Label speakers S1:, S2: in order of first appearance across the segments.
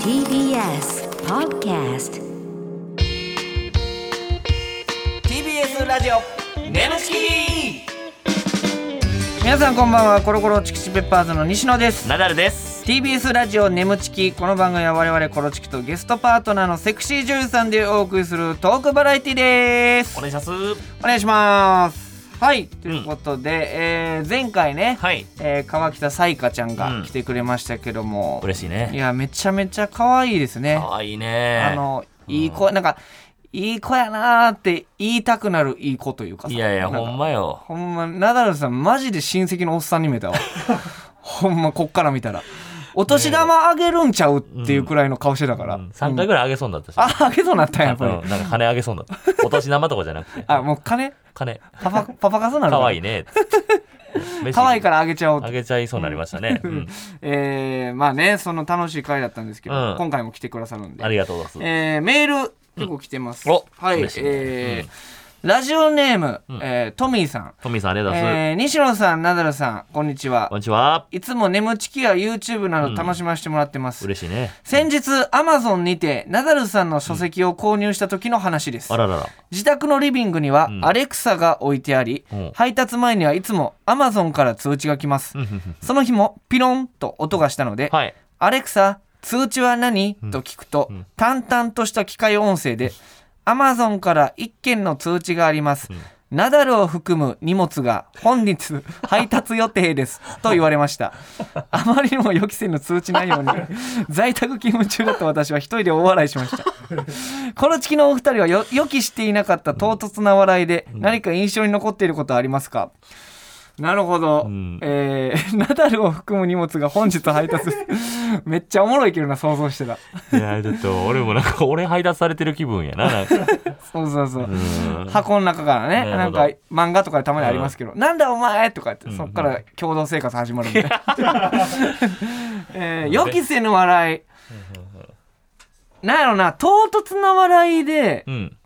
S1: TBS Podcast
S2: TBS ラジオ
S3: ムチ
S2: 皆さんこんばんはコロコロチキチペッパーズの西野です
S3: ナダルです。
S2: TBS ラジオネムチキこの番組は我々コロチキとゲストパートナーのセクシー女優さんでお送りするトークバラエティです
S3: お願いします。
S2: お願いしますはいということで、えー前回ね、
S3: はい。
S2: えー川北彩花ちゃん
S3: う
S2: が
S3: ん
S2: 来てくれましたけども、
S3: 嬉しい
S2: い
S3: ね。
S2: やめちゃめちゃ可愛いですね
S3: 可愛いね。
S2: あのいい子、なんかいい子やなーって言いたくなるいい子というかさ
S3: いやいや、
S2: なんか
S3: ほんまよ。
S2: ほんま、ナダルさん、マジで親戚のおっさんに見え たわ。ほんま、こっから見たら。お年玉あげるんちゃうっていうくらいの顔してたから。
S3: うん三回ぐらいあげそうになったし。
S2: あ、あげそうなったんや、やっぱ
S3: うん
S2: り。
S3: なんか金あげそうにな った。お年玉とかじゃなくて。
S2: あ、もう金
S3: 金。
S2: パパ、パパ活なの
S3: 可愛い
S2: い。
S3: ね。
S2: 可愛い
S3: か
S2: からあげちゃおう
S3: あ
S2: と。
S3: げちゃいそうになりましたね。うん。
S2: えー、まあね、その楽しい回だったんですけど、
S3: うん
S2: 今回も来てくださるんで
S3: あ。りがとうございます。
S2: えー、メール、結構来てます。
S3: うんお
S2: はい、
S3: 嬉しいね
S2: えー、ラジオネーム、えー、トミーさん。
S3: トミーさん、ありがとうございます。
S2: えー、西野さん、ナダルさん、こんにちは
S3: こん。にちは。
S2: いつも眠ちきや YouTube など楽しませてもらってます。
S3: 嬉しいね。
S2: 先日、Amazon にて、ナダルさんの書籍を購入した時の話です。
S3: あららら。
S2: 自宅のリビングには、アレクサが置いてあり、
S3: うん
S2: 配達前にはいつも Amazon から通知が来ます。その日も、ピロンと音がしたので、
S3: はい。
S2: アレクサ、通知は何と聞くと、淡々とした機械音声で、Amazon から1件の通知があります。ナダルを含む荷物が本日配達予定ですと言われましたあまりにも予期せぬ通知内容に在宅勤務中だった私は一人で大笑いしましたこのチキのお二人はよ予期していなかった唐突な笑いで何か印象に残っていることはありますか、なるほど、
S3: ん
S2: えー、 ナダルを含む荷物が本日配達です めっちゃおもろいけどな想像してた
S3: いや、ちょっと、俺もなんか、俺配達されてる気分やな。なんか
S2: そうそうそう
S3: うん
S2: 箱の中からね
S3: な
S2: な
S3: るほ
S2: ん
S3: ど
S2: か漫画とかでたまにありますけど「なんだお前!」とかってそっから共同生活始まるみたいな、 えー予期せぬ笑いなんやろな唐突な笑いで
S3: うん。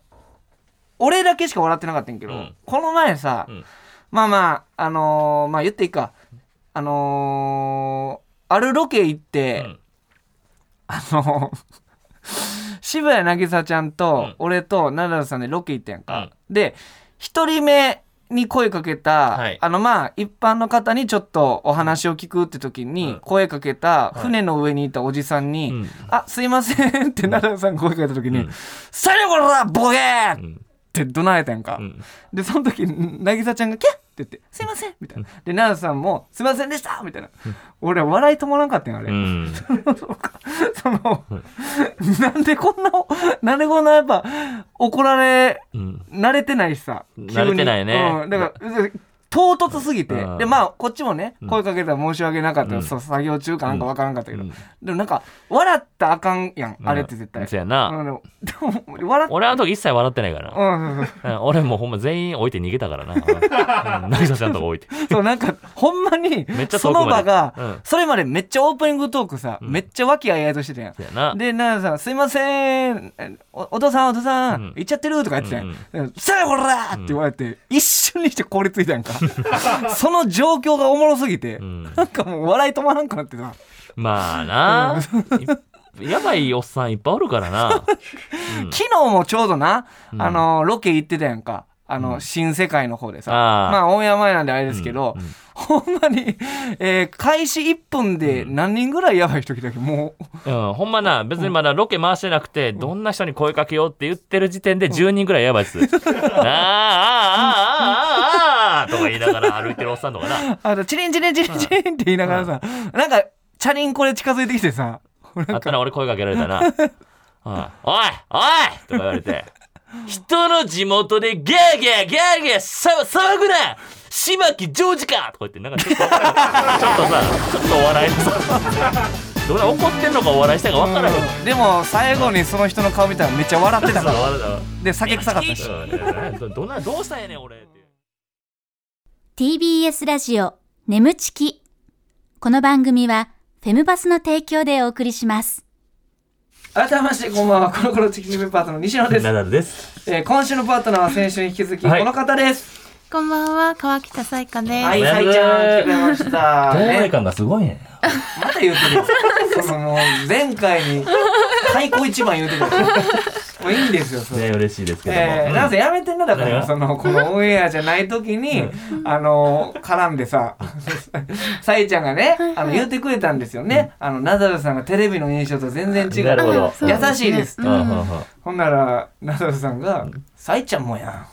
S2: 俺だけしか笑ってなかったんやけど、
S3: うん
S2: この前さ、
S3: うん
S2: まあまああのーまあ言っていいかあのーあるロケ行って、
S3: うん
S2: あのー 渋谷渚ちゃん
S3: う
S2: と
S3: ん
S2: 俺とナダルさんでロケ行ったやんか、で1人目に声かけた、
S3: はい
S2: あのまあ一般の方にちょっとお話を聞くって時に
S3: うん
S2: 声かけた
S3: い
S2: 船の上にいたおじさんに「
S3: うん
S2: あすいません」ってナダルさんが声かけた時に
S3: うん
S2: 「最後こらボケー!」
S3: う
S2: っ
S3: ん。
S2: て怒鳴られたやんか、
S3: うん。
S2: でその時渚ちゃんが「キャッ!」って言って「すいません」みたいなでナダルさんも「すいませんでした!」みたいな俺笑い止まらんかったんあれ、
S3: うん。
S2: その、なんでこんな、なんでこんなやっぱ、怒られ、
S3: うん。
S2: 慣れてないしさ。急に
S3: 慣れてないね
S2: うん、だから、唐突すぎて、
S3: うん
S2: で、まあ、こっちもね、声かけたら申し訳なかった、
S3: うん
S2: そう作業中かなんかわからんかったけど、
S3: うん
S2: でもなんか、笑ったらあかんやん、あれって絶対。
S3: そうやな。
S2: うんでも、でも俺笑っ
S3: 俺あの時一切笑ってないから
S2: うん、うん
S3: な。うん俺もうほんま全員置いて逃げたからな。うん渚ちゃんとか置いて。
S2: そうなんかほんまに
S3: めっちゃ
S2: そ
S3: 遠くまで
S2: の場が、
S3: うん
S2: それまでめっちゃオープニングトークさ、めっちゃ和気あいあいとしてたやん
S3: そうやな。
S2: で、奈良さん、すいません、えおお父さん、お父さん、
S3: うん
S2: 行っちゃってるとか言ってたやん
S3: うん
S2: うんさあ、ほらって言われて、一瞬にして凍りついたやんか。 その状況がおもろすぎて、
S3: ん
S2: なんかもう笑い止まらんくなってさ、
S3: まあな。いやばいおっさんいっぱいおるからな。
S2: 昨日もちょうどな、あの、ロケ行ってたやんか。あの、新世界の方でさ、
S3: あー
S2: まあ、オンエア前なんであれですけど、
S3: うんう
S2: ほんまに、えー開始1分で何人ぐらいやばい人来たっけもう、
S3: うん、ほんまな、別にまだロケ回してなくて、どんな人に声かけようって言ってる時点で10人ぐらいやばいっす。あーあーあーあーあーあーとか言いながら歩いてるおっさんとかな。
S2: あの、チリンチリンチリンチリンって言いながらさ、なんか、チャリンコで近づいてきてさ、
S3: あったら俺声かけられたな。 はいおいおいとか言われて。人の地元でギャーギャーギャーギャーさ騒ぐな島木ジョージかとか言ってなんかちょっと ちょっとさちょっとお笑いのさどんな怒ってんのかお笑いしたいか分からへんそう
S2: でも最後にその人の顔見たらめっちゃ笑ってた から
S3: 笑う
S2: で酒臭かったし
S3: うんどんなどうしたんやねん俺っていう
S4: TBS ラジオ眠ちきこの番組はフェムバスの提供でお送りします
S2: 改めましてこんばんはコロコロチキチキパートの西野です、
S3: ナダルです
S2: えー今週のパートナーは先週に引き続きこ
S3: はい
S2: の方です
S5: こんばんは、川北彩花です。
S2: はい
S3: い
S2: さい、ちゃん来てくれました、ね、
S3: 感がすごいね
S2: また言ってるよそのもう前回に開口一番言うてたからもういいんですよそれ、
S3: ね、嬉しいですけども。
S2: えー、なんせやめてんなだか
S3: 何
S2: ら
S3: が
S2: そのこのオンエアじゃない時に、あの絡んで ささえちゃんがねあの言ってくれたんですよね、あのナダルさんがテレビの印象と全然違
S3: な
S2: う
S3: るほど
S5: あそうね
S2: 優しいです
S5: う
S3: うんうんうん
S5: ん
S2: ほんならナダルさんが「さえちゃんもやん」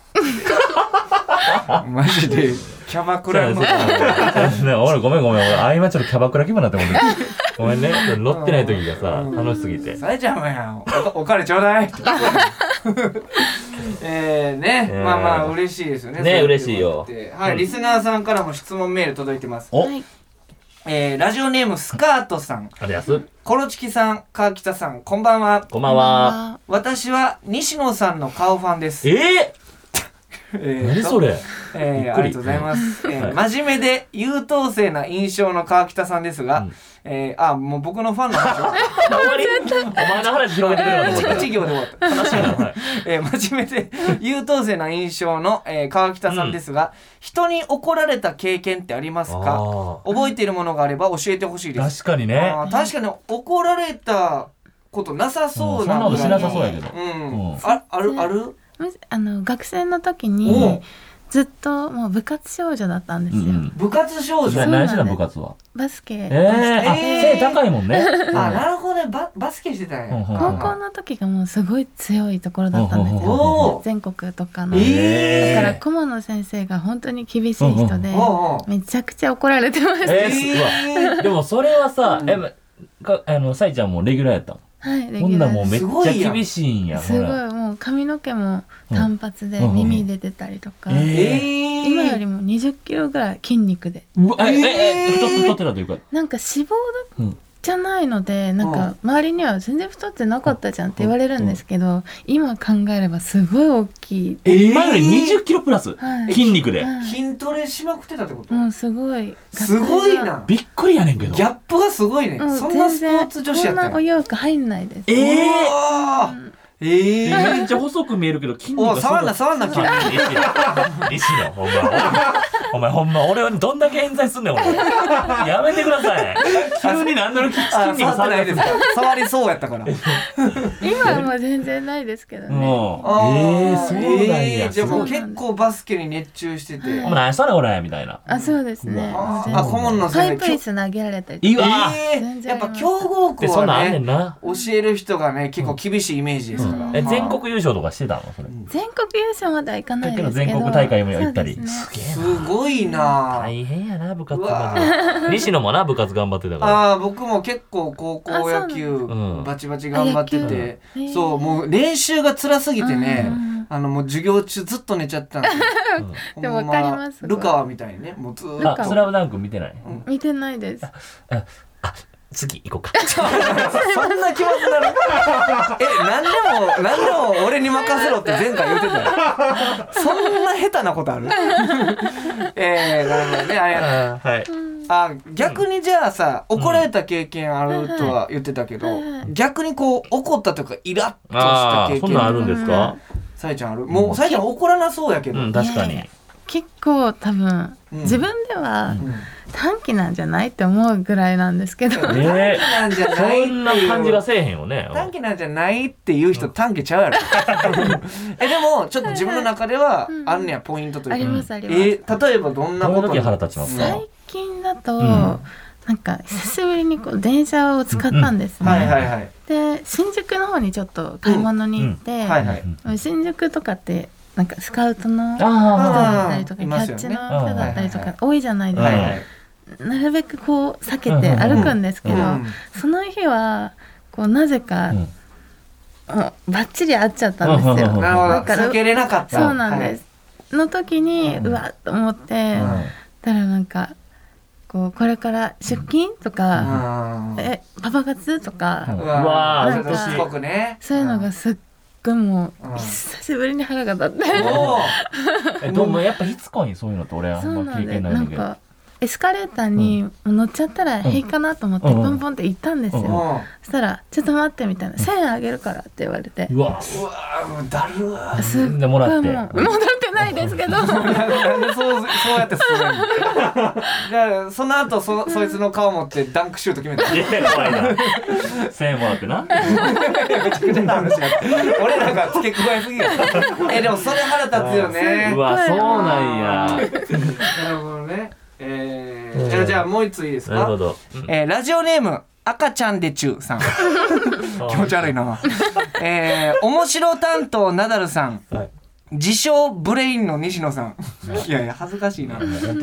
S2: マジでキャバクラの
S3: ね俺ごめんごめん俺 あ今ちょっとキャバクラ気分になってもんねごめんね乗ってない時がさ
S2: うん
S3: 楽しすぎて
S2: さえちゃんもやんおお金ちょうだい ってえーね、
S3: えー
S2: まあまあ嬉しいですよねそう言
S3: ね
S2: って
S3: 嬉しいよ
S2: もらってはい、
S3: うん
S2: リスナーさんからも質問メール届いてます、
S3: お
S5: はい
S2: えーラジオネームスカートさん
S3: あれやす
S2: コロチキさん川北さんこんばんは
S3: こんばんは
S2: 私は西野さんの顔ファンです
S3: えー
S2: え
S3: 何それ
S2: え
S3: び
S2: ー、
S3: っ
S2: あ
S3: くり
S2: りがとうございます、えー
S3: は
S2: 真面目で優等生な印象の川北さんですが、
S3: うん
S2: えーあもう僕のファンの話を
S3: 終わりお前の話広 げてくれるのと思っ
S2: 一行で終わった
S3: た話がはい
S2: えー真面目で優等生な印象の、えー川北さんですが、人に怒られた経験ってありますか
S3: あ
S2: 覚えているものがあれば教えてほしい
S3: ー
S2: です
S3: 確かにね
S2: あー確かに怒られたことなさ
S3: そ
S2: そ
S3: ん
S2: う
S3: な
S2: な
S3: こ
S2: ぐ
S3: と
S2: ら
S3: し
S2: い
S3: なさそうやけど
S2: うん、
S3: うん
S2: ああるある
S5: むしあの学生の時
S2: おう
S5: にずっともう部活少女だったんですよ、
S3: うん
S2: 部活少女
S3: な
S5: そう
S3: 何してたの部活は
S5: バスケ、
S3: えーあ
S2: えー
S3: 背高いもんねうん
S2: あなるほどねババスケしてたんや、
S3: うんうんうん
S5: 高校の時がもうすごい強いところだったんです
S2: うんうんうん
S5: よ
S2: おー
S5: 全国とかの、
S2: えー
S5: だから
S3: えー
S5: 顧問の先生が本当に厳しい人で、
S2: おうおう
S5: めちゃくちゃ怒られてました、
S3: えーす
S2: えー
S3: でもそれはさ
S2: うん
S3: えまかあのさいちゃんもレギュラーやったの
S5: はいレギ
S3: ほん
S5: ュ
S3: な
S5: ラ
S3: らもう
S5: ー
S3: めっ
S2: すごい
S3: ち
S2: や
S3: ゃ
S2: ん
S3: 厳しいんや
S5: す
S3: ほ
S5: ごい
S3: ら
S5: もう髪の毛も単発で
S3: うんうんうんうん
S5: 耳出てたりとか、
S3: えー
S2: えー
S5: 今よりも20キロぐらい筋肉で
S3: うわえええ
S2: えー
S3: 太って太ってたというか
S5: なんか脂肪だ
S3: うん
S5: じゃないのでなんか周りには全然太ってなかったじゃんって言われるんですけど今考えればすごい大きい、
S2: えー
S3: 前より20キロプラス
S5: はい
S3: 筋肉で
S5: はい、
S2: 筋トレしまくってたってこと、
S5: もうすごい
S2: すごいな
S3: びっくりやねんけど
S2: ギャップがすごいね、
S5: うん
S2: そんなスポーツ女子やっ
S5: 全然
S2: た
S5: こんなお
S2: の
S5: 洋服入んないです
S3: えー
S2: うわーえー
S3: めっちゃ細く見えるけど筋肉
S2: お
S3: が
S2: う触んな
S3: すご
S2: 触
S3: い
S2: んな君
S3: 西野西野ほんまお前ほんま俺はどんだけ冤罪すんねん俺やめてください急に何度の筋
S2: あ触っ
S3: 肉
S2: て
S3: 触
S2: ない
S3: る
S2: で
S3: や
S2: す
S3: つ
S2: か触りそうやったから
S5: 今はもう全然ないですけどね
S3: もう
S2: あ
S3: ええ
S2: ー
S3: そうなん
S2: え
S3: や
S2: ーじゃあもう
S5: すごい
S2: 結構バスケに熱中してて、
S3: お前何したね俺みたいな
S5: あそうですね
S2: あ
S5: 全
S2: ーあ
S5: 然
S2: 顧問の
S5: パイ
S2: 先
S5: プ椅
S2: 生
S5: 子投げられたり
S3: いい
S2: え
S3: わ
S2: ー、やっぱ強豪
S3: でそ
S2: 校
S3: んなんあ
S2: は
S3: んねん
S2: ね
S3: な
S2: 教える人がね結構厳しいイメージですから、
S3: え全国優勝とかしてたのそれ
S5: 全国優勝まではいかな
S3: だ
S5: いで
S3: け
S5: すけ
S3: ど
S5: ど
S3: 全国大会も行ったり
S5: そうですね
S2: す
S3: げ
S2: ごいなあ
S3: 大変やな部活
S2: う
S3: が
S2: わ
S3: 西野もな部活頑張ってたから
S2: あー僕も結構高校野球
S3: そうなんだ
S2: バチバチ頑張ってて、
S5: あ野球
S2: そうもう練習が辛すぎてね、
S5: うんうんうん
S2: あのもう授業中ずっと寝ちゃったんですよ
S5: んでも
S2: ほん
S5: わかります
S2: ルカワみたいにねもうずーっと
S3: あスラムダンク見てない
S5: 見てないです
S3: 次行こうか
S2: そんな気持ちになる え何でも何でも俺に任せろって前回言ってたよそんな下手なことある えー、なるほどねありがとう
S3: あーはい
S2: あ逆にじゃあさ、怒られた経験あるとは言ってたけど、
S5: いはい
S2: 逆にこう怒ったとかイラッとした
S3: あー
S2: 経
S3: そんなんあ
S2: 験
S3: るんですか
S2: さえちゃんあるもうさえちゃん怒らなそうやけど、
S3: うん確か
S5: い
S3: に
S5: やい結構多分、
S2: うん
S5: 自分では
S2: うん
S5: 短期なんじゃないって思うぐらいなんですけど、
S2: うん
S3: ねえ
S2: 短期なんじゃないってい
S3: そ
S2: うん
S3: な感じがせえへんよね
S2: 短期なんじゃないっていう人短期ちゃうやろえでもちょっと自分の中ではあんねやポイントと
S5: あ
S2: い
S5: り
S2: うか、
S5: ますあり
S2: え
S5: ます、
S2: ー例えばどんな
S3: どう
S2: こ
S3: いう
S2: と
S3: 時腹立ちますか
S5: 最近だと、
S3: ん
S5: なんか久しぶりにこう電車を使ったんですね、
S2: はいはいはい
S5: で新宿の方にちょっと買い物に行って、
S2: はいはい
S5: 新宿とかってなんかスカウトの人
S3: あ
S5: だったりとか、
S2: うんい
S5: キ
S2: ま
S5: ャ
S2: すよ
S5: ッ
S2: ね
S5: チの人だっ
S2: うんはいは
S5: たりと
S2: いはい
S5: か多いじゃないです
S2: は
S5: か、
S2: いはい
S5: なるべくこう避けて歩くんですけど、
S2: うん
S5: その日はこうなぜ
S3: あ
S5: か、
S3: うん
S5: もうバッチリ合っちゃったんですよ、
S3: うんうんうん
S2: なるほど
S5: だから
S2: 避けれなかった
S5: そうなんです、の時に、
S3: うん
S5: うわっと思って、
S3: う
S5: だか
S3: ん
S5: たらなんかこうこれから出勤とか、
S2: はいうん
S5: えパパ活とか、
S3: うん
S2: う
S3: わ
S2: わー、
S5: ーなんか
S2: しつこくね。
S5: そういうのがすっごいもう、
S2: うん
S5: 久しぶりに腹が立って、
S2: うん。おー
S3: えどうもやっぱいつかにそういうのって俺はあ
S5: そ
S3: ん
S5: う
S3: ま
S5: なん
S3: 経
S5: で
S3: 験ない
S5: なん
S3: だ
S5: ん
S3: けど
S5: かエスカレーターにもう乗っちゃったら平気かなと思って
S3: うん
S5: ポンポンって行ったんですよ、
S3: うん
S2: うんう
S5: そ
S2: わ
S5: したら「ちょっと待って」みたいな「1000円あげるから」って言われて
S3: うわ
S2: ー、もうだるわ。
S5: すっ
S3: でも
S5: ご
S3: ら
S5: い
S3: って
S5: もう戻ってないです け
S2: な
S5: ど
S2: んでそうそうやって進めるの じゃあその後そそいつの顔持ってダンクシュート決めた
S3: いや怖いな1000円もらって な
S2: めちゃくちゃな話やった 俺らが付け加えすぎや えでもそれ腹立つよね
S3: うわそうなんや
S2: なるほどねえ
S3: え
S2: ー、
S3: ー
S2: じゃあじゃあもう一ついいです
S3: なる
S2: か
S3: ほど
S2: えーラジオネーム赤ちゃんでちゅうさん気持ち悪いなえー、面白担当ナダルさん
S3: はい
S2: 自称ブレインの西野さんいやいや恥ずかしいな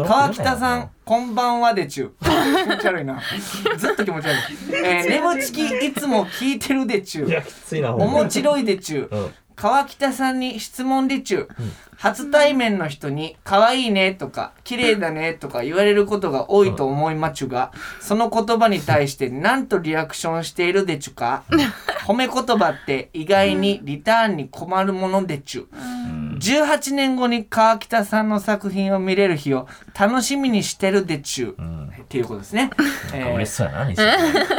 S2: 川北さん、こんばんはでちゅ。気持ち悪いな。ずっと気持ち悪 い。えー、眠ちきいつも聞いてるでちゅ
S3: い。やきついな
S2: お
S3: ほんま
S2: もちろいでちゅう。
S3: うん
S2: 川北さんに質問でちゅ。初対面の人に、可愛いねとか、綺麗だねとか言われることが多いと思いまちゅが、その言葉に対して何とリアクションしているでちゅか。褒め言葉って意外にリターンに困るものでちゅ。18年後に川北さんの作品を見れる日を楽しみにしてるでちゅ、
S3: ん
S2: っていうことですね。
S3: なんか
S2: え
S3: 嬉し
S2: ー
S3: そうやな西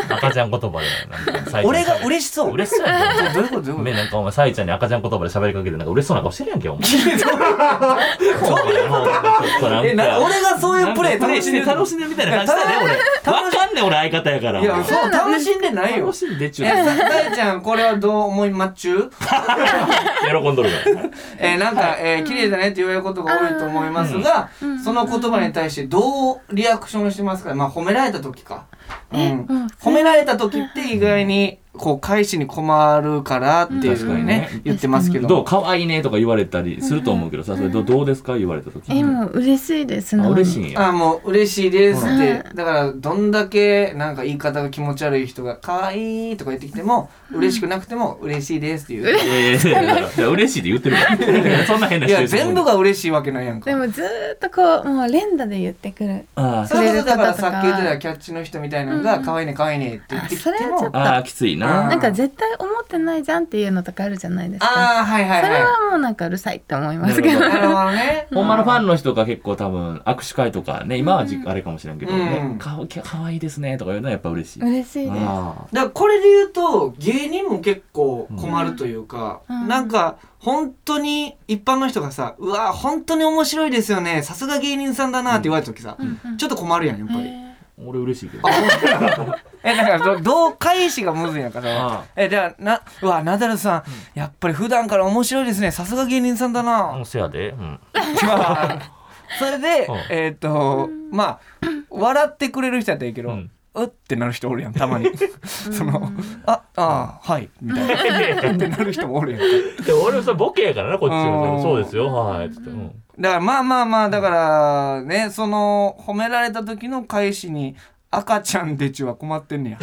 S3: 野赤ちゃん言葉でなんか最近
S2: 俺が嬉しそう。
S3: 嬉しそうやな
S2: どういうことどう
S3: ご
S2: い
S3: め
S2: うん
S3: なんかお前さいちゃんに赤ちゃん言葉で喋りかけてなんか嬉しそうな顔してるやんけお前そういう
S2: ことえな俺がそういうプレー楽しんでる
S3: 楽しんでるみたいな感じだね俺わかんねん俺相方やから
S2: いや、そう、楽しんでないよ
S3: 楽。しんでっち
S2: え
S3: ゅう
S2: ー、ささえちゃん、これはどう思いまっちゅう
S3: 喜んどるから
S2: えー、なんか、えー、綺麗だねって言われることが多いと思いますが、その言葉に対してどうリアクションしてますかまあ、褒められた時か。うん。褒められた時って意外に、こう、返しに困るからっていうふうにね
S3: うん、
S2: 言ってますけど。
S3: どう可愛いねとか言われたりすると思うけどさそれどどうですか言われた時
S5: えもう嬉しいです
S3: あ
S5: の
S3: 嬉しいんや
S2: あもう嬉しいですっ
S5: う
S2: て、だからどんだけなんか言い方が気持ち悪い人が「可愛いとか言ってきても嬉しくなくても嬉しいですっていう、
S3: いやいやいやいや嬉しいって言ってるからいやそんな変ない人
S2: や全部
S3: が
S2: が嬉しいわけないやんか
S5: でもずーっとこうもう連打で言ってくる
S3: あー
S2: それこそだからさっき言ってたキャッチの人みたいなのが「可愛いね可愛いね」って言ってきて
S5: あそれはちょ
S2: も
S5: っと
S3: あーきつい
S2: うん
S3: な
S5: なんか絶対思ってないじゃんっていうのとかあるじゃないですか
S2: ああーはいはい
S5: それ
S2: は
S5: はもうなんかうるさいって思いますけ
S3: な
S5: ど
S2: いなるほどね
S3: ほんまのファンの人が結構多分握手会とかね今はじあれかもしれんけど
S2: う
S3: ね
S2: ん
S3: かわきかわいいですねとか言うのはやっぱ嬉しい
S5: 嬉しいです
S3: あ
S2: だからこれで言うと芸人も結構困るというか、
S5: うん
S2: なんか本当に一般の人がさ「うわー本当に面白いですよねさすが芸人さんだな」って言われた時さ、ちょっと困るやんやっぱり。
S3: ー俺嬉しいけど
S2: え、なんかど、どう返しがむずいんやから
S3: ああ。
S2: え、じゃあ、な、うわ、ナダルさん、やっぱり普段から面白いですね。さすが芸人さんだな。
S3: うんせやでうん
S2: まあ それで
S3: うん、
S2: えーっと、まあ、笑ってくれる人やったらいいけど、
S3: う
S2: うんってなる人おるやん、たま に。その、あ、ああ、はい、みたいな。ってなる人もおるやんか。
S3: でも俺もさボケやからなこっち
S2: う
S3: は
S2: ん
S3: そうですよはいつってうん
S2: だからまあまあまあだからねその褒められた時の返しに「赤ちゃんでちゅ」は困ってん ねや。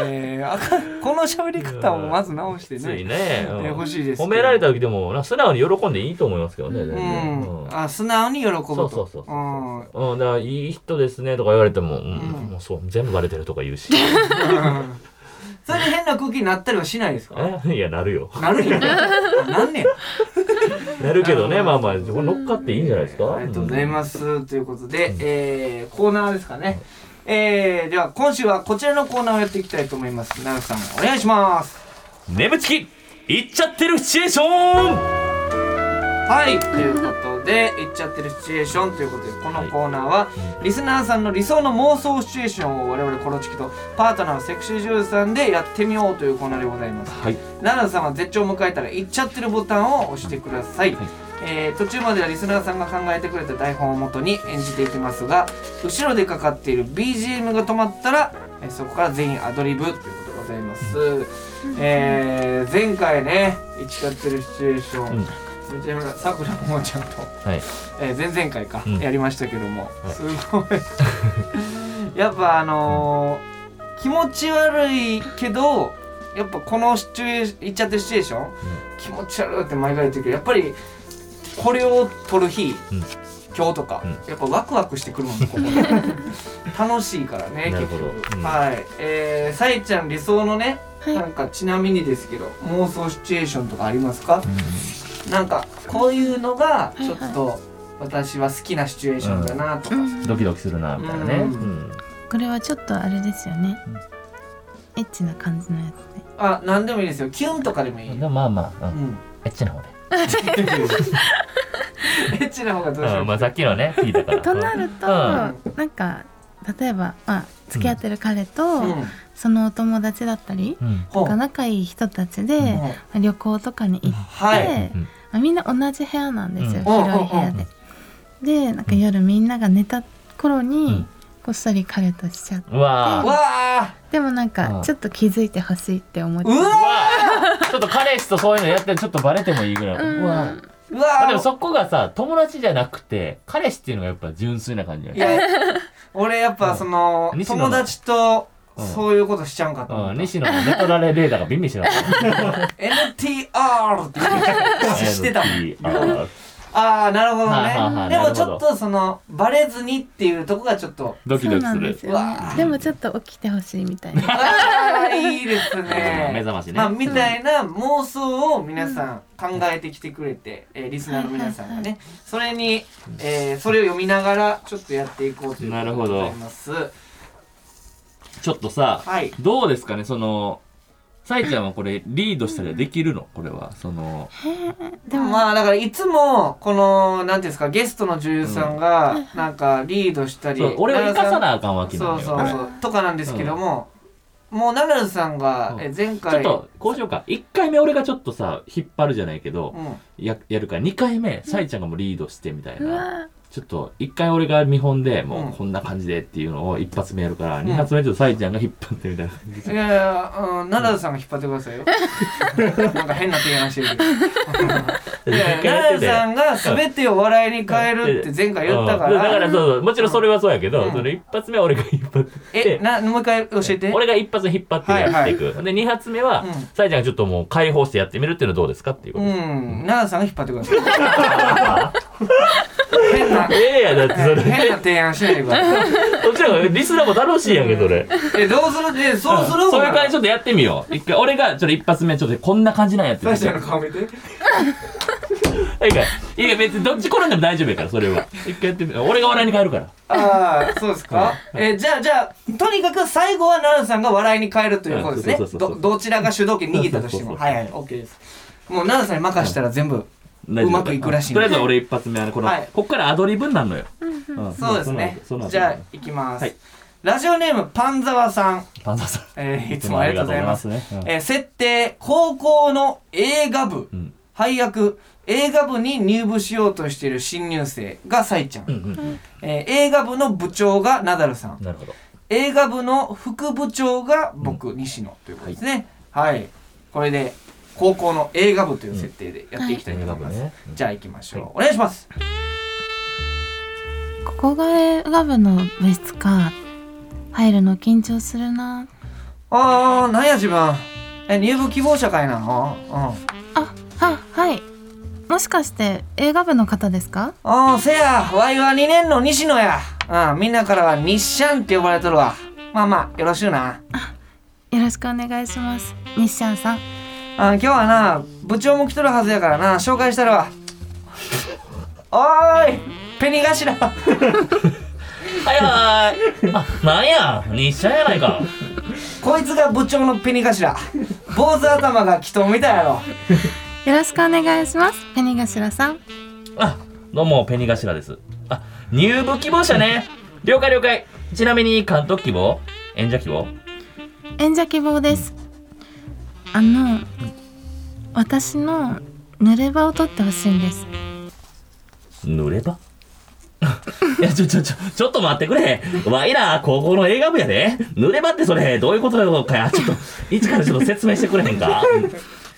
S2: えー、赤この喋り方をまず直して
S3: きつ
S2: ね。
S3: いねうん
S2: え欲しいですけど
S3: 褒められた時でもな素直に喜んでいいと思いますけどね
S5: う
S3: 全
S2: う
S3: 然
S2: ん
S3: う、ん
S2: あ素直に喜ぶと
S3: そうそうそうそう
S2: うん
S3: そううんだからいい人ですねとか言われてもうん
S2: うん
S3: もうそう全部バレてるとか言 うし
S2: それで変な空気になったりはしないですか
S3: えいやなるよ
S2: なるんやなんねや
S3: なるけどね
S2: うん
S3: まあまあ乗っかっていいんじゃないですか
S2: ありがとうございます。ということで、えー、コーナーですかね。えー、では今週はこちらのコーナーをやっていきたいと思います。なるさん、お願いします。
S3: 眠ちきいっちゃってるシチュエーション
S2: はい、ということで、言っちゃってるシチュエーションということで、このコーナーは、リスナーさんの理想の妄想シチュエーションを我々コロチキとパートナーのセクシー女優さんでやってみようというコーナーでございます。
S3: はい
S2: 奈良さんは絶頂を迎えたら「いっちゃってる」ボタンを押してください、
S3: はい
S2: えー途中まではリスナーさんが考えてくれた台本をもとに演じていきますが後ろでかかっている BGM が止まったら、えーそこから全員アドリブということでございます、えー前回ね「いっちゃってるシチュエーション」
S3: うん
S2: めちゃめちゃさくらももちゃんと、
S3: はい
S2: えー前々回か、
S3: うん
S2: やりましたけども、
S3: い
S2: すごい やっぱあのー気持ち悪いけどやっぱこのシチュエーション言っちゃってるシチュエーション、気持ち悪いって毎回言ってるけどやっぱりこれを撮る日、
S3: うん
S2: 今日とか、
S3: う
S2: やっぱワクワクしてくるもんこ こ楽しいからね
S3: な
S2: 結
S3: るほど
S2: 局、
S3: うん
S2: はいえー、さえちゃん理想のね、
S5: はい
S2: なんかちなみにですけど妄想シチュエーションとかありますか、なんかこういうのがちょっと私は好きなシチュエーションだなとか、
S3: ドキドキするなみたいなね
S2: うん
S3: うん
S5: これはちょっとあれですよね、エッチな感じのやつで
S2: あ何でもいいですよキュンとかでもいい、う
S3: でもまあまあうん
S2: ん、
S3: エッチな方で
S2: エッチな方がどうしよ
S3: う
S2: うん
S3: まあ、さっきのね聞いたから
S5: となると、
S3: うん
S5: なんか例えば、まあ、付き合ってる彼と、
S2: うん
S5: そのお友達だったり、
S3: うん
S2: ほう
S5: が仲いい人たちで、
S2: ほう
S5: 旅行とかに行って、
S2: はい
S3: うん
S5: まあみんな同じ部屋なんですよ、
S3: うん
S5: 広い部屋で。でなんか夜みんなが寝た頃に、
S3: うん
S5: こっそり彼としちゃって
S3: うわ
S2: わあ
S5: でもなん
S3: うん
S5: かちょっと気づいてほしいって思って
S2: う
S3: う
S2: わ
S3: わちょっと彼氏とそういうのやってるちょっとバレてもいいぐらい、
S5: うん
S3: うわ
S2: う
S3: まあ
S2: わ
S3: でもそこがさ友達じゃなくて彼氏っていうのがやっぱ純粋な感じだ
S2: い
S3: ね、
S2: や俺やっぱその
S3: うん西野の
S2: 友達と
S3: うん
S2: そういうことしちゃうんかと思
S3: う
S2: っ
S3: ん、
S2: た
S3: 西野の寝取られレーダーがビンビンしてなかった
S2: NTR って言 ってしてたもん
S3: あ
S2: ああなるほど
S3: はいはいはい
S2: ねで
S3: なる
S2: も
S3: ほど
S2: ちょっとそのバレずにっていうとこがちょっと
S3: ドキドキ
S5: そうな
S3: す
S5: んで
S3: る
S5: すよ
S2: うわ
S5: ねでもちょっと起きてほしいみた いな
S2: あーいいですね
S3: 目覚ましね
S2: まあ、みたいな妄想を皆さん考えてきてくれて、えーリスナーの皆さんが
S5: はい
S2: ねそれに、えーそれを読みながらちょっとやっていこうというこ
S3: なる
S2: と
S3: ほ
S2: で
S3: ど
S2: ございます
S3: ちょっとさ、
S2: はい
S3: どうですかねそのさいちゃんはこれリードしたりはできるのこれはその
S5: でも
S2: まあだからいつもこの何ていうんですかゲストの女優さんがなんかリードしたり、
S3: そう俺を生かさ
S2: 奈
S3: なあかんわけ
S2: 良
S3: な
S2: さ
S3: の
S2: ん
S3: よ
S2: そうそうそうとかなんですけども、もうナダルさんが
S3: うん
S2: え前
S3: こ
S2: 回
S3: れちょっとこうしようか1回目俺がちょっとさ引っ張るじゃないけど、
S2: うん
S3: ややるから2回目さいちゃんがもうリードしてみたいうな
S5: わ
S3: ちょっと1回俺が見本で
S2: う
S3: も
S2: ん
S3: うこんな感じでっていうのを一発目やるから、
S2: ん
S3: 二2発目ちょっとさいちゃんが引っ張ってみたいな、
S2: いやいや、うん、奈良さんが引っ張ってくださ いよ。なんか変な提案してるけど。いやいや奈良さんが全てを笑いに変えるって前回言ったか
S3: うんだから
S2: ら。
S3: そうそうもちろんそれはそうやけど、
S2: うん
S3: その一発目は俺が引っ張って
S2: え、な、もう一回教えて。
S3: 俺が一発目引っ張ってやっていく、で2発目は
S2: うん
S3: さい、ちゃんがちょっともう解放してやってみるっていうのはどうですかっていうこ
S2: う
S3: と です、
S2: ん、奈良さんが引っ張ってくだ さい。変な、
S3: ええやだってそれ
S2: 変な提案しないでください。
S3: そっちの方がリスナーも楽しいやんけそれ
S2: え、どうするえ、そうする
S3: そういう感じちょっとやってみよう一回俺がちょっと一発目ちょっとこんな感じなんやって
S2: 大ちゃんの顔見て。
S3: いいかいいか別にどっち転んでも大丈夫やからそれは一回やってみ俺が笑いに変えるから
S2: ああ、そうですか。え、じゃあ、じゃあ、とにかく最後は奈良さんが笑いに変えるということですね
S3: うんそう。そうそうそ
S2: ど、
S3: う
S2: どちらが主導権握ったとしても。
S3: そうそうそう
S2: はいはい、オッケーです。もう奈良さんに任したら全部。
S3: 大丈夫
S2: うまくいくらしいん
S3: と
S2: で
S3: りあえず俺一発目はねこの、
S2: はい
S3: こっからアドリブになるのよ、ん
S2: そうですね
S3: その後。
S2: じゃ
S3: その後
S2: あ、いきます
S3: はい。
S2: ラジオネーム、パンザワさん。
S3: パンダさん
S2: えーいつもありがとうございます。
S3: いつもありがとうございますねうん
S2: えー設定、高校の映画部
S3: うん。
S2: 配役、映画部に入部しようとしている新入生がサイちゃ
S3: うん
S2: ん。
S3: うんうん
S2: えー映画部の部長がナダル さん。
S3: なるほど
S2: 映画部の副部長が僕、西野ということですねはい、これで高校の映画部という設定でやっていきたいと思います、
S3: はい映画部ね
S2: じゃあ行きましょう、お願いします
S5: ここが映画部の部室か入るの緊張するな
S2: あーなんや自分え入部希望者会なのうん
S5: あははいもしかして映画部の方ですか
S2: あーせやわいは2年の西野やうんみんなからは日シャンって呼ばれとるわまあまあよろしゅうな
S5: よろしくお願いします西ちゃんさん
S2: あ今日はな部長も来とるはずやからな紹介したるわおーいペニ頭
S3: はいはいあなんや日射やないか
S2: こいつが部長のペニ頭坊主頭が祈祷みたいやろ
S5: よろしくお願いしますペニ頭さん
S3: あどうもペニ頭ですあ入部希望者ね了解了解ちなみに監督希望演者希望
S5: 演者希望ですあの私の濡れ場を取ってほしいんです
S3: 濡 ればいやちょちょちょちょっと待ってくれわいら高校の映画部やで濡ればってそれどういうことなのかやちょっと一からちょっと説明してくれへんか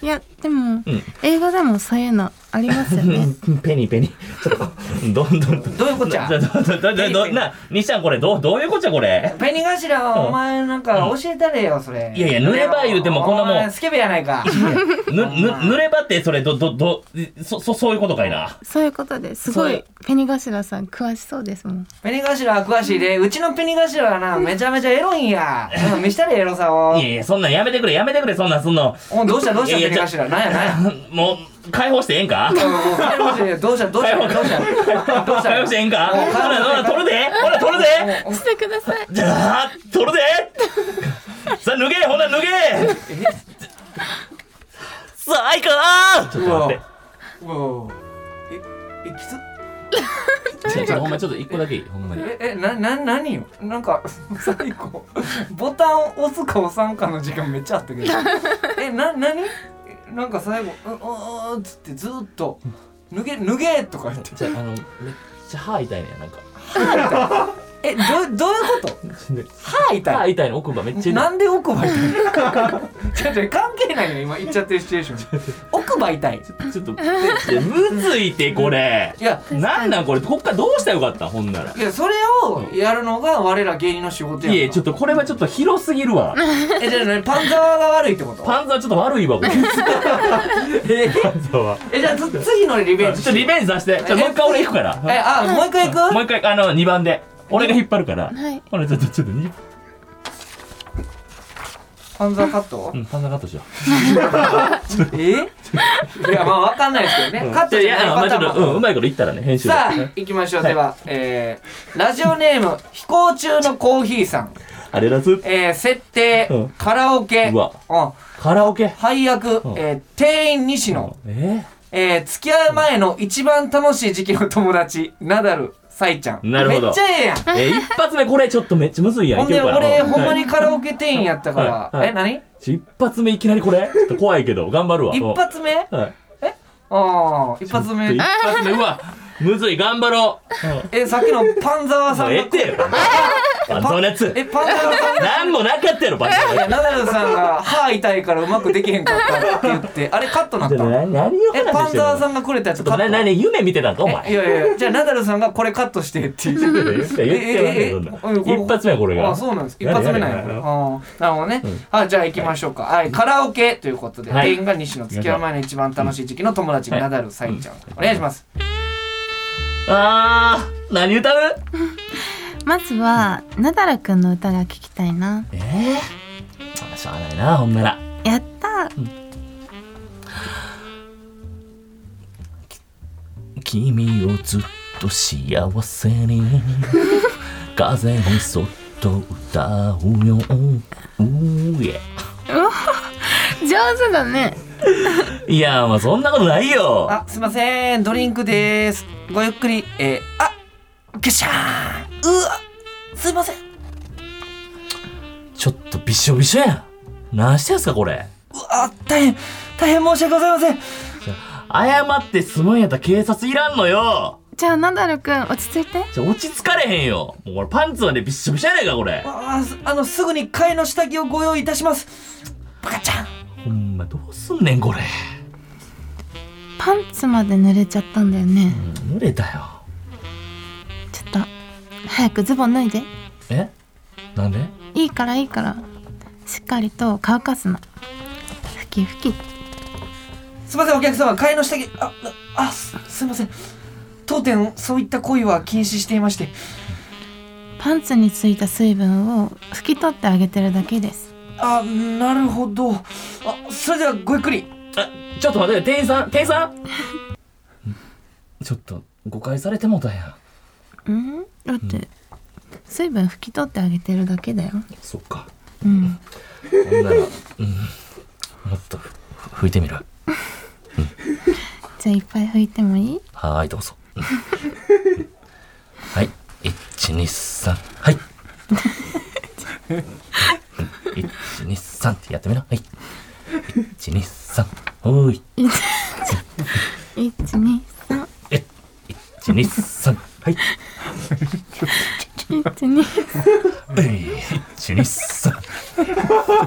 S5: いやでも、
S3: ん
S5: 映画でもそういうのありますよ
S3: う
S5: ね
S3: んペニペニちょっとどんどん
S2: どういうこっちゃ
S3: どどどどどな西ちゃんこれどうどういうこっちゃこれ
S2: ペニ頭はお前なんか教えたれよそれ
S3: いやいや濡れば言うてもこんなも
S2: お
S3: ん
S2: 前スケベやないか
S3: ぬぬ濡ればってそれどどどそそそういうことかいな
S5: そういうことですごいペニ頭さん詳しそうですもん
S2: ペニ頭は詳しいでうちのペニ頭はなめちゃめちゃエロいんやうん見したれエロさを
S3: いやいやそんなんやめてくれやめてくれそんなんそん なん
S2: おどうしたどうした
S3: いや
S2: ペニ
S3: いや
S2: 頭なんやなんや
S3: もう解放してええんか
S2: おいおい解放してどうしたどうしたどうしたどうした
S3: 解放してええんかほ
S2: もう解放
S3: らほら取るでほら取るで
S2: お
S5: してください
S3: じゃあ取るでさあ脱げほ ら脱げさあいか
S2: うわ
S3: ちょっと待って
S2: おえ、え、きつ
S3: 違う違う、ほんまちょっと一個だけいい、ほんまに。
S2: え、え、な、な、何よなんか、 最後、ボタンを押すか押さんかの時間めっちゃあったけ ど。え、な、何えなんか最後、う、う、う、つってずーっと、脱げ、脱げとか言って。
S3: じゃあ、あの、めっちゃ歯痛いねんなんか。
S2: え、ど、どういうこと 歯痛い
S3: 歯痛いの奥歯めっちゃ痛い。
S2: なんで奥歯 痛い違う違う関係ないよ今言っちゃってるシチュエーシ ョン奥歯痛い
S3: ちょっと、えむずいて、これ。
S2: いや
S3: なんなんこれ、こっからどうしたらよかったんほんなら。
S2: いやそれをやるのが我ら芸人の仕事やん
S3: いや、ちょっ
S2: と
S3: とこれはちょっと広すぎるわ。
S2: えじゃあ何パンザワが悪いってこと
S3: パンザはちょっと悪い わ、これ。
S2: え
S3: パンザは。
S2: えじゃあつ次のリ
S3: ち
S2: ベ
S3: ょ
S2: ン
S3: っ
S2: ジ
S3: とリベンジさせて。ちょ、もう一回俺行くから。
S2: えあもう一回行く
S3: もう一回、あの、2番で。俺が引っ張るから。
S5: はい
S3: これちょっと、ちょっと、に
S2: パンザワカット
S3: うん、パンザカットしよ
S2: えいやまあわかんないですけど
S3: う。
S2: ねカットじゃ
S3: や、あの
S2: な
S3: ま
S2: い
S3: あちょ
S2: パ
S3: っ
S2: タ
S3: と、
S2: ーン
S3: うん、う
S2: も
S3: まいこと言ったらね、編集で。
S2: さあ行きましょうではえーラジオネーム飛行中のコーヒーさん
S3: あれだす。
S2: えー設定
S3: うん
S2: カラオケ
S3: うわ
S2: うん
S3: カラオケ。
S2: 配役、
S3: うん
S2: えー店員西野、
S3: え
S2: えー付き合う前の一番楽しい時期の友達ナダルサイちゃん
S3: なるほど
S2: めっちゃええやん
S3: ーえー、一発目これちょっとめっちゃむずいやん。
S2: ほんで
S3: いけるかな
S2: 俺
S3: う
S2: ほんま
S3: はい
S2: にカラオケ店員やったから、
S3: はいはい
S2: え何
S3: ちょ一発目いきなりこれちょっと怖いけど、頑張るわ。
S2: 一発目
S3: うんはい。
S2: ああ一発
S3: ちょっと
S2: 目
S3: 一発目、うわ、むずい、頑張ろ
S2: えさっきのパンザワ
S3: う。も
S2: さん
S3: うええってよ。バンザのやつ。
S2: えパンザワさん
S3: なんもなかったやろ、バンザの
S2: い
S3: や
S2: やナダルさんが歯痛いからうまくできへんかったって言ってあれカットなっ
S3: つ。ちょっと
S2: た
S3: な何を話してん
S2: え
S3: の
S2: パンザワさんがくれたや
S3: ちょ
S2: つ
S3: っ
S2: カ
S3: とな、
S2: ット
S3: 何、夢見てたんか、お
S2: えい
S3: 前。
S2: やいやじゃあナダルさんがこれカットしてって言って
S3: 言って、言ってまんねんそん
S2: えええええ
S3: な
S2: え
S3: ん。一発目はこれが。
S2: あそうなんです一
S3: やれ
S2: 発目なん
S3: や
S2: や
S3: れやれ
S2: あーなるほどね、
S3: うん
S2: あじゃあ行きましょうか、はい、カラオケということで、
S3: はい
S2: 店員が西野付き合う前の一番楽しい時期の友達
S3: は
S2: に
S3: い
S2: ナダルサインちゃん、お願いします
S3: あー、何歌う
S5: まずはナダルくんの歌が聞きたいな
S3: ええー。しゃあないな、ほんなら。
S5: やった
S3: 君をずっと幸 せに風にそっと歌うようえ
S5: 上手だね
S3: いやまあそんなことないよ
S2: あすいませんドリンクですごゆっくりえー、あぐしゃーんうわすいませんう
S3: ちょっとびしょびしょやん何してんすかこれ
S2: わ大変大変申し訳ございません
S3: 謝って済むんやったら警察いらんのよ
S5: じゃあナダルくん落ち着いて
S3: じゃ落ち着かれへんよもうこれパンツまでびっしょびしょやないかこれ
S2: あーすあのすぐに替えの下着をご用意いたしますバカちゃん
S3: ほんまどうすんねんこれ
S5: パンツまで濡れちゃったんだよね
S3: うん濡れたよ
S5: ちょっと早くズボン脱いで
S3: えなんで
S5: いいからいいからしっかりと乾かすのふきふき
S2: すみませんお客様替えの下着あああすすみません当店そういった行為は禁止していまして
S5: パンツについた水分を拭き取ってあげてるだけです
S2: あなるほどあそれではごゆっくり
S3: あちょっと待って店員さん店員さんんちょっと誤解されてもうたやん
S5: うんだって水分拭き取ってあげてるだけだよ
S3: そっか
S5: うん
S3: ほんなら、うん、もっとふふ拭いてみる
S5: じゃあいっぱい拭いてもいい
S3: はーいどうぞうん はい123はい123ってやってみなはい123おーい
S5: 123
S3: え123はい
S5: 12
S3: えい123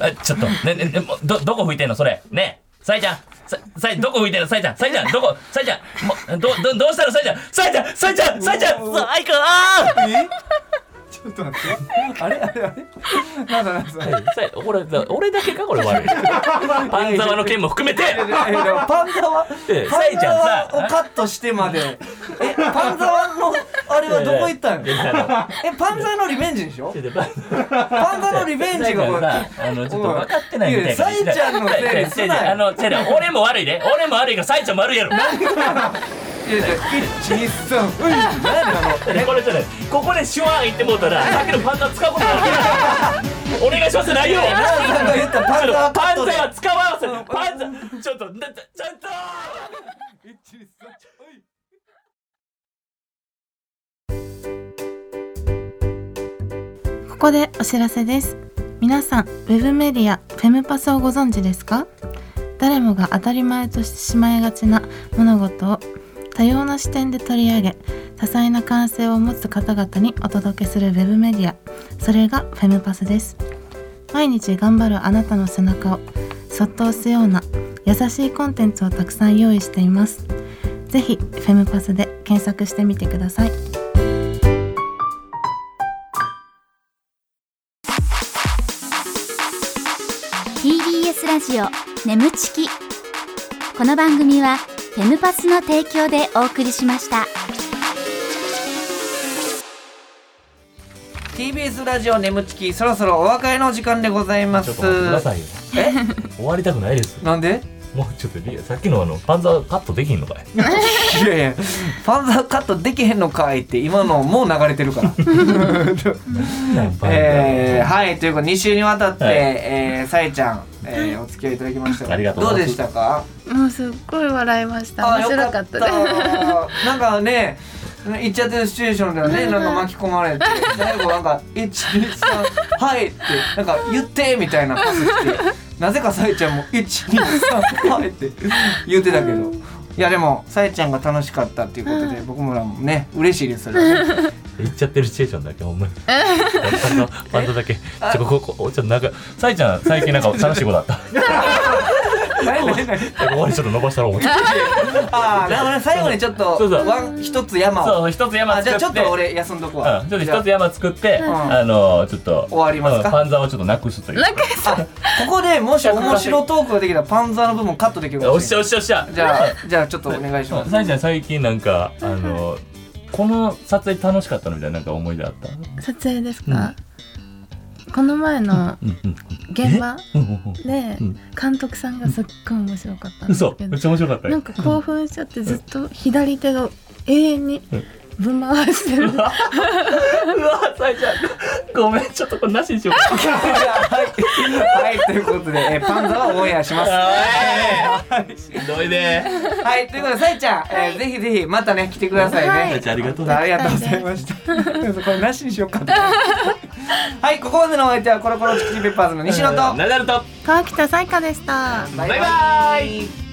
S3: あちょっとねねねもうどどこ吹いてんのそれねえさいちゃんささいどこ吹いてんのさいちゃんさいちゃんどこさいちゃんもうどどどうしたのさいちゃんさいちゃんさいちゃんさいちゃんさいかあ
S2: ちょっと待ってあれあれあれなんだなんだ
S3: ーさい俺だ俺だけかこれ悪いパンザワの件も含めて
S2: パンザワ
S3: ええ
S2: パンザワ
S3: サイちゃんさ
S2: をカットしてまでえパンザワのあれはどこ行ったん
S3: いやいや
S2: えパンザワのリベンジでしょ
S3: ちょっとパン
S2: パンザワのリベンジがこれ
S3: さあのちょっと分かってないみたい
S2: いやいやさいちゃんのせいに
S3: です
S2: なよ
S3: あの違う違う俺も悪いで俺も悪いからさいちゃんも悪いやろ
S2: いやいや123うん何なの
S3: これじゃないここでシュワーンいってもうたらさっきのパンダ使うことになるお願いします内容
S2: 奈良さんが言ったパ
S3: ち
S2: ンダー
S3: ょっと
S2: カ
S3: パ
S2: ッ
S3: ンツ
S2: トで
S3: は使わせパンツァーちょっとなちょっと
S5: ここでお知らせです皆さんウェブメディアフェムパスをご存知ですか誰もが当たり前としてしまいがちな物事を多様な視点で取り上げ多彩な感性を持つ方々にお届けするウェブメディアそれがフェムパスです毎日頑張るあなたの背中をそっと押すような優しいコンテンツをたくさん用意していますぜひフェムパスで検索してみてください
S4: TBS ラジオ眠ちきこの番組はフェムパスの提供でお送りしました
S2: TBS ラジオ眠ちきそろそろお別れの時間でございます
S3: ちょっと待ってくださいよ
S2: え
S3: 終わりたくないです
S2: なんで
S3: もうちょっとリさっきのあのパンツァーカットできんの かい
S2: いやいやパンザーカットできへんのかいって今のもう流れてるからえー、はいというか2週にわたって、
S3: はい
S2: えーさえちゃん、えーお付き合いいただきました
S3: ありがとうござ
S2: どう
S3: います
S2: でしたか
S5: もうすっごい笑いました
S2: あ
S5: 面
S2: よ
S5: 白かったです
S2: ったなんかね言っちゃってるシチュエーションではねなんか巻き込まれて最後なんか「123はい」ってなんか言ってみたいなパス してなぜかさえちゃんも「123はい」って言ってたけど。いやでもさえちゃんが楽しかったっていうことで僕もらもね嬉しいですそれは ね
S3: 言っちゃってるシチュエーションだけほんまにパンツァーだけちょこここちょっとなんかさいちゃん最近なんか楽しいことあった
S2: 何何何
S3: 終わりちょっと伸ばしたろう思って
S2: ああなるほどね最後にちょっと
S3: そうそう
S2: ワン一つ山を
S3: そう一つ山
S2: あじゃ
S3: 作
S2: あ
S3: っ
S2: ち
S3: て
S2: ょっと俺休んどくわ、
S3: うんちょっと一つ山作って、
S2: ん
S3: あのちょっと
S2: 終わりますか
S3: うんパンザーをちょっとなくすという
S5: なんか
S2: じゃああここで もし面白トークができたらパンザーの部分カットできるか
S3: お
S2: も
S3: っ
S2: し
S3: しゃ
S2: れな
S3: おっ
S2: い
S3: しゃおっしゃ
S2: じゃあじゃあちょっとお願いします
S3: さいちゃん最近なんかあのこの撮影楽しかったのみたいななんか思い出あった
S5: 撮影ですか、この前の
S3: うんうん
S5: 現場
S3: うんうん
S5: で
S3: うん
S5: 監督さんがすっごい面白かったんです
S3: 嘘
S5: け
S3: め
S5: ど
S3: っちゃ面白かったよ
S5: なんか興奮しちゃってずっと左手を永遠にぶん回して る
S3: うわさいちゃんごめんちょっとこれなしにしよう か
S2: はい、はい、ということで、え ーパンザーはオンエアしますは
S3: あーいしんどいね
S2: いということでさえちゃん、えーぜひぜひまたね来てくださいね、
S5: はい
S3: さいちゃんありがとうね
S2: ありがとうございましたこれなしにしようかなはいここまでのお相 手はコロコロチキチキペッパーズの西野と
S3: ナダルと
S5: 川北彩花でした
S3: バイバイ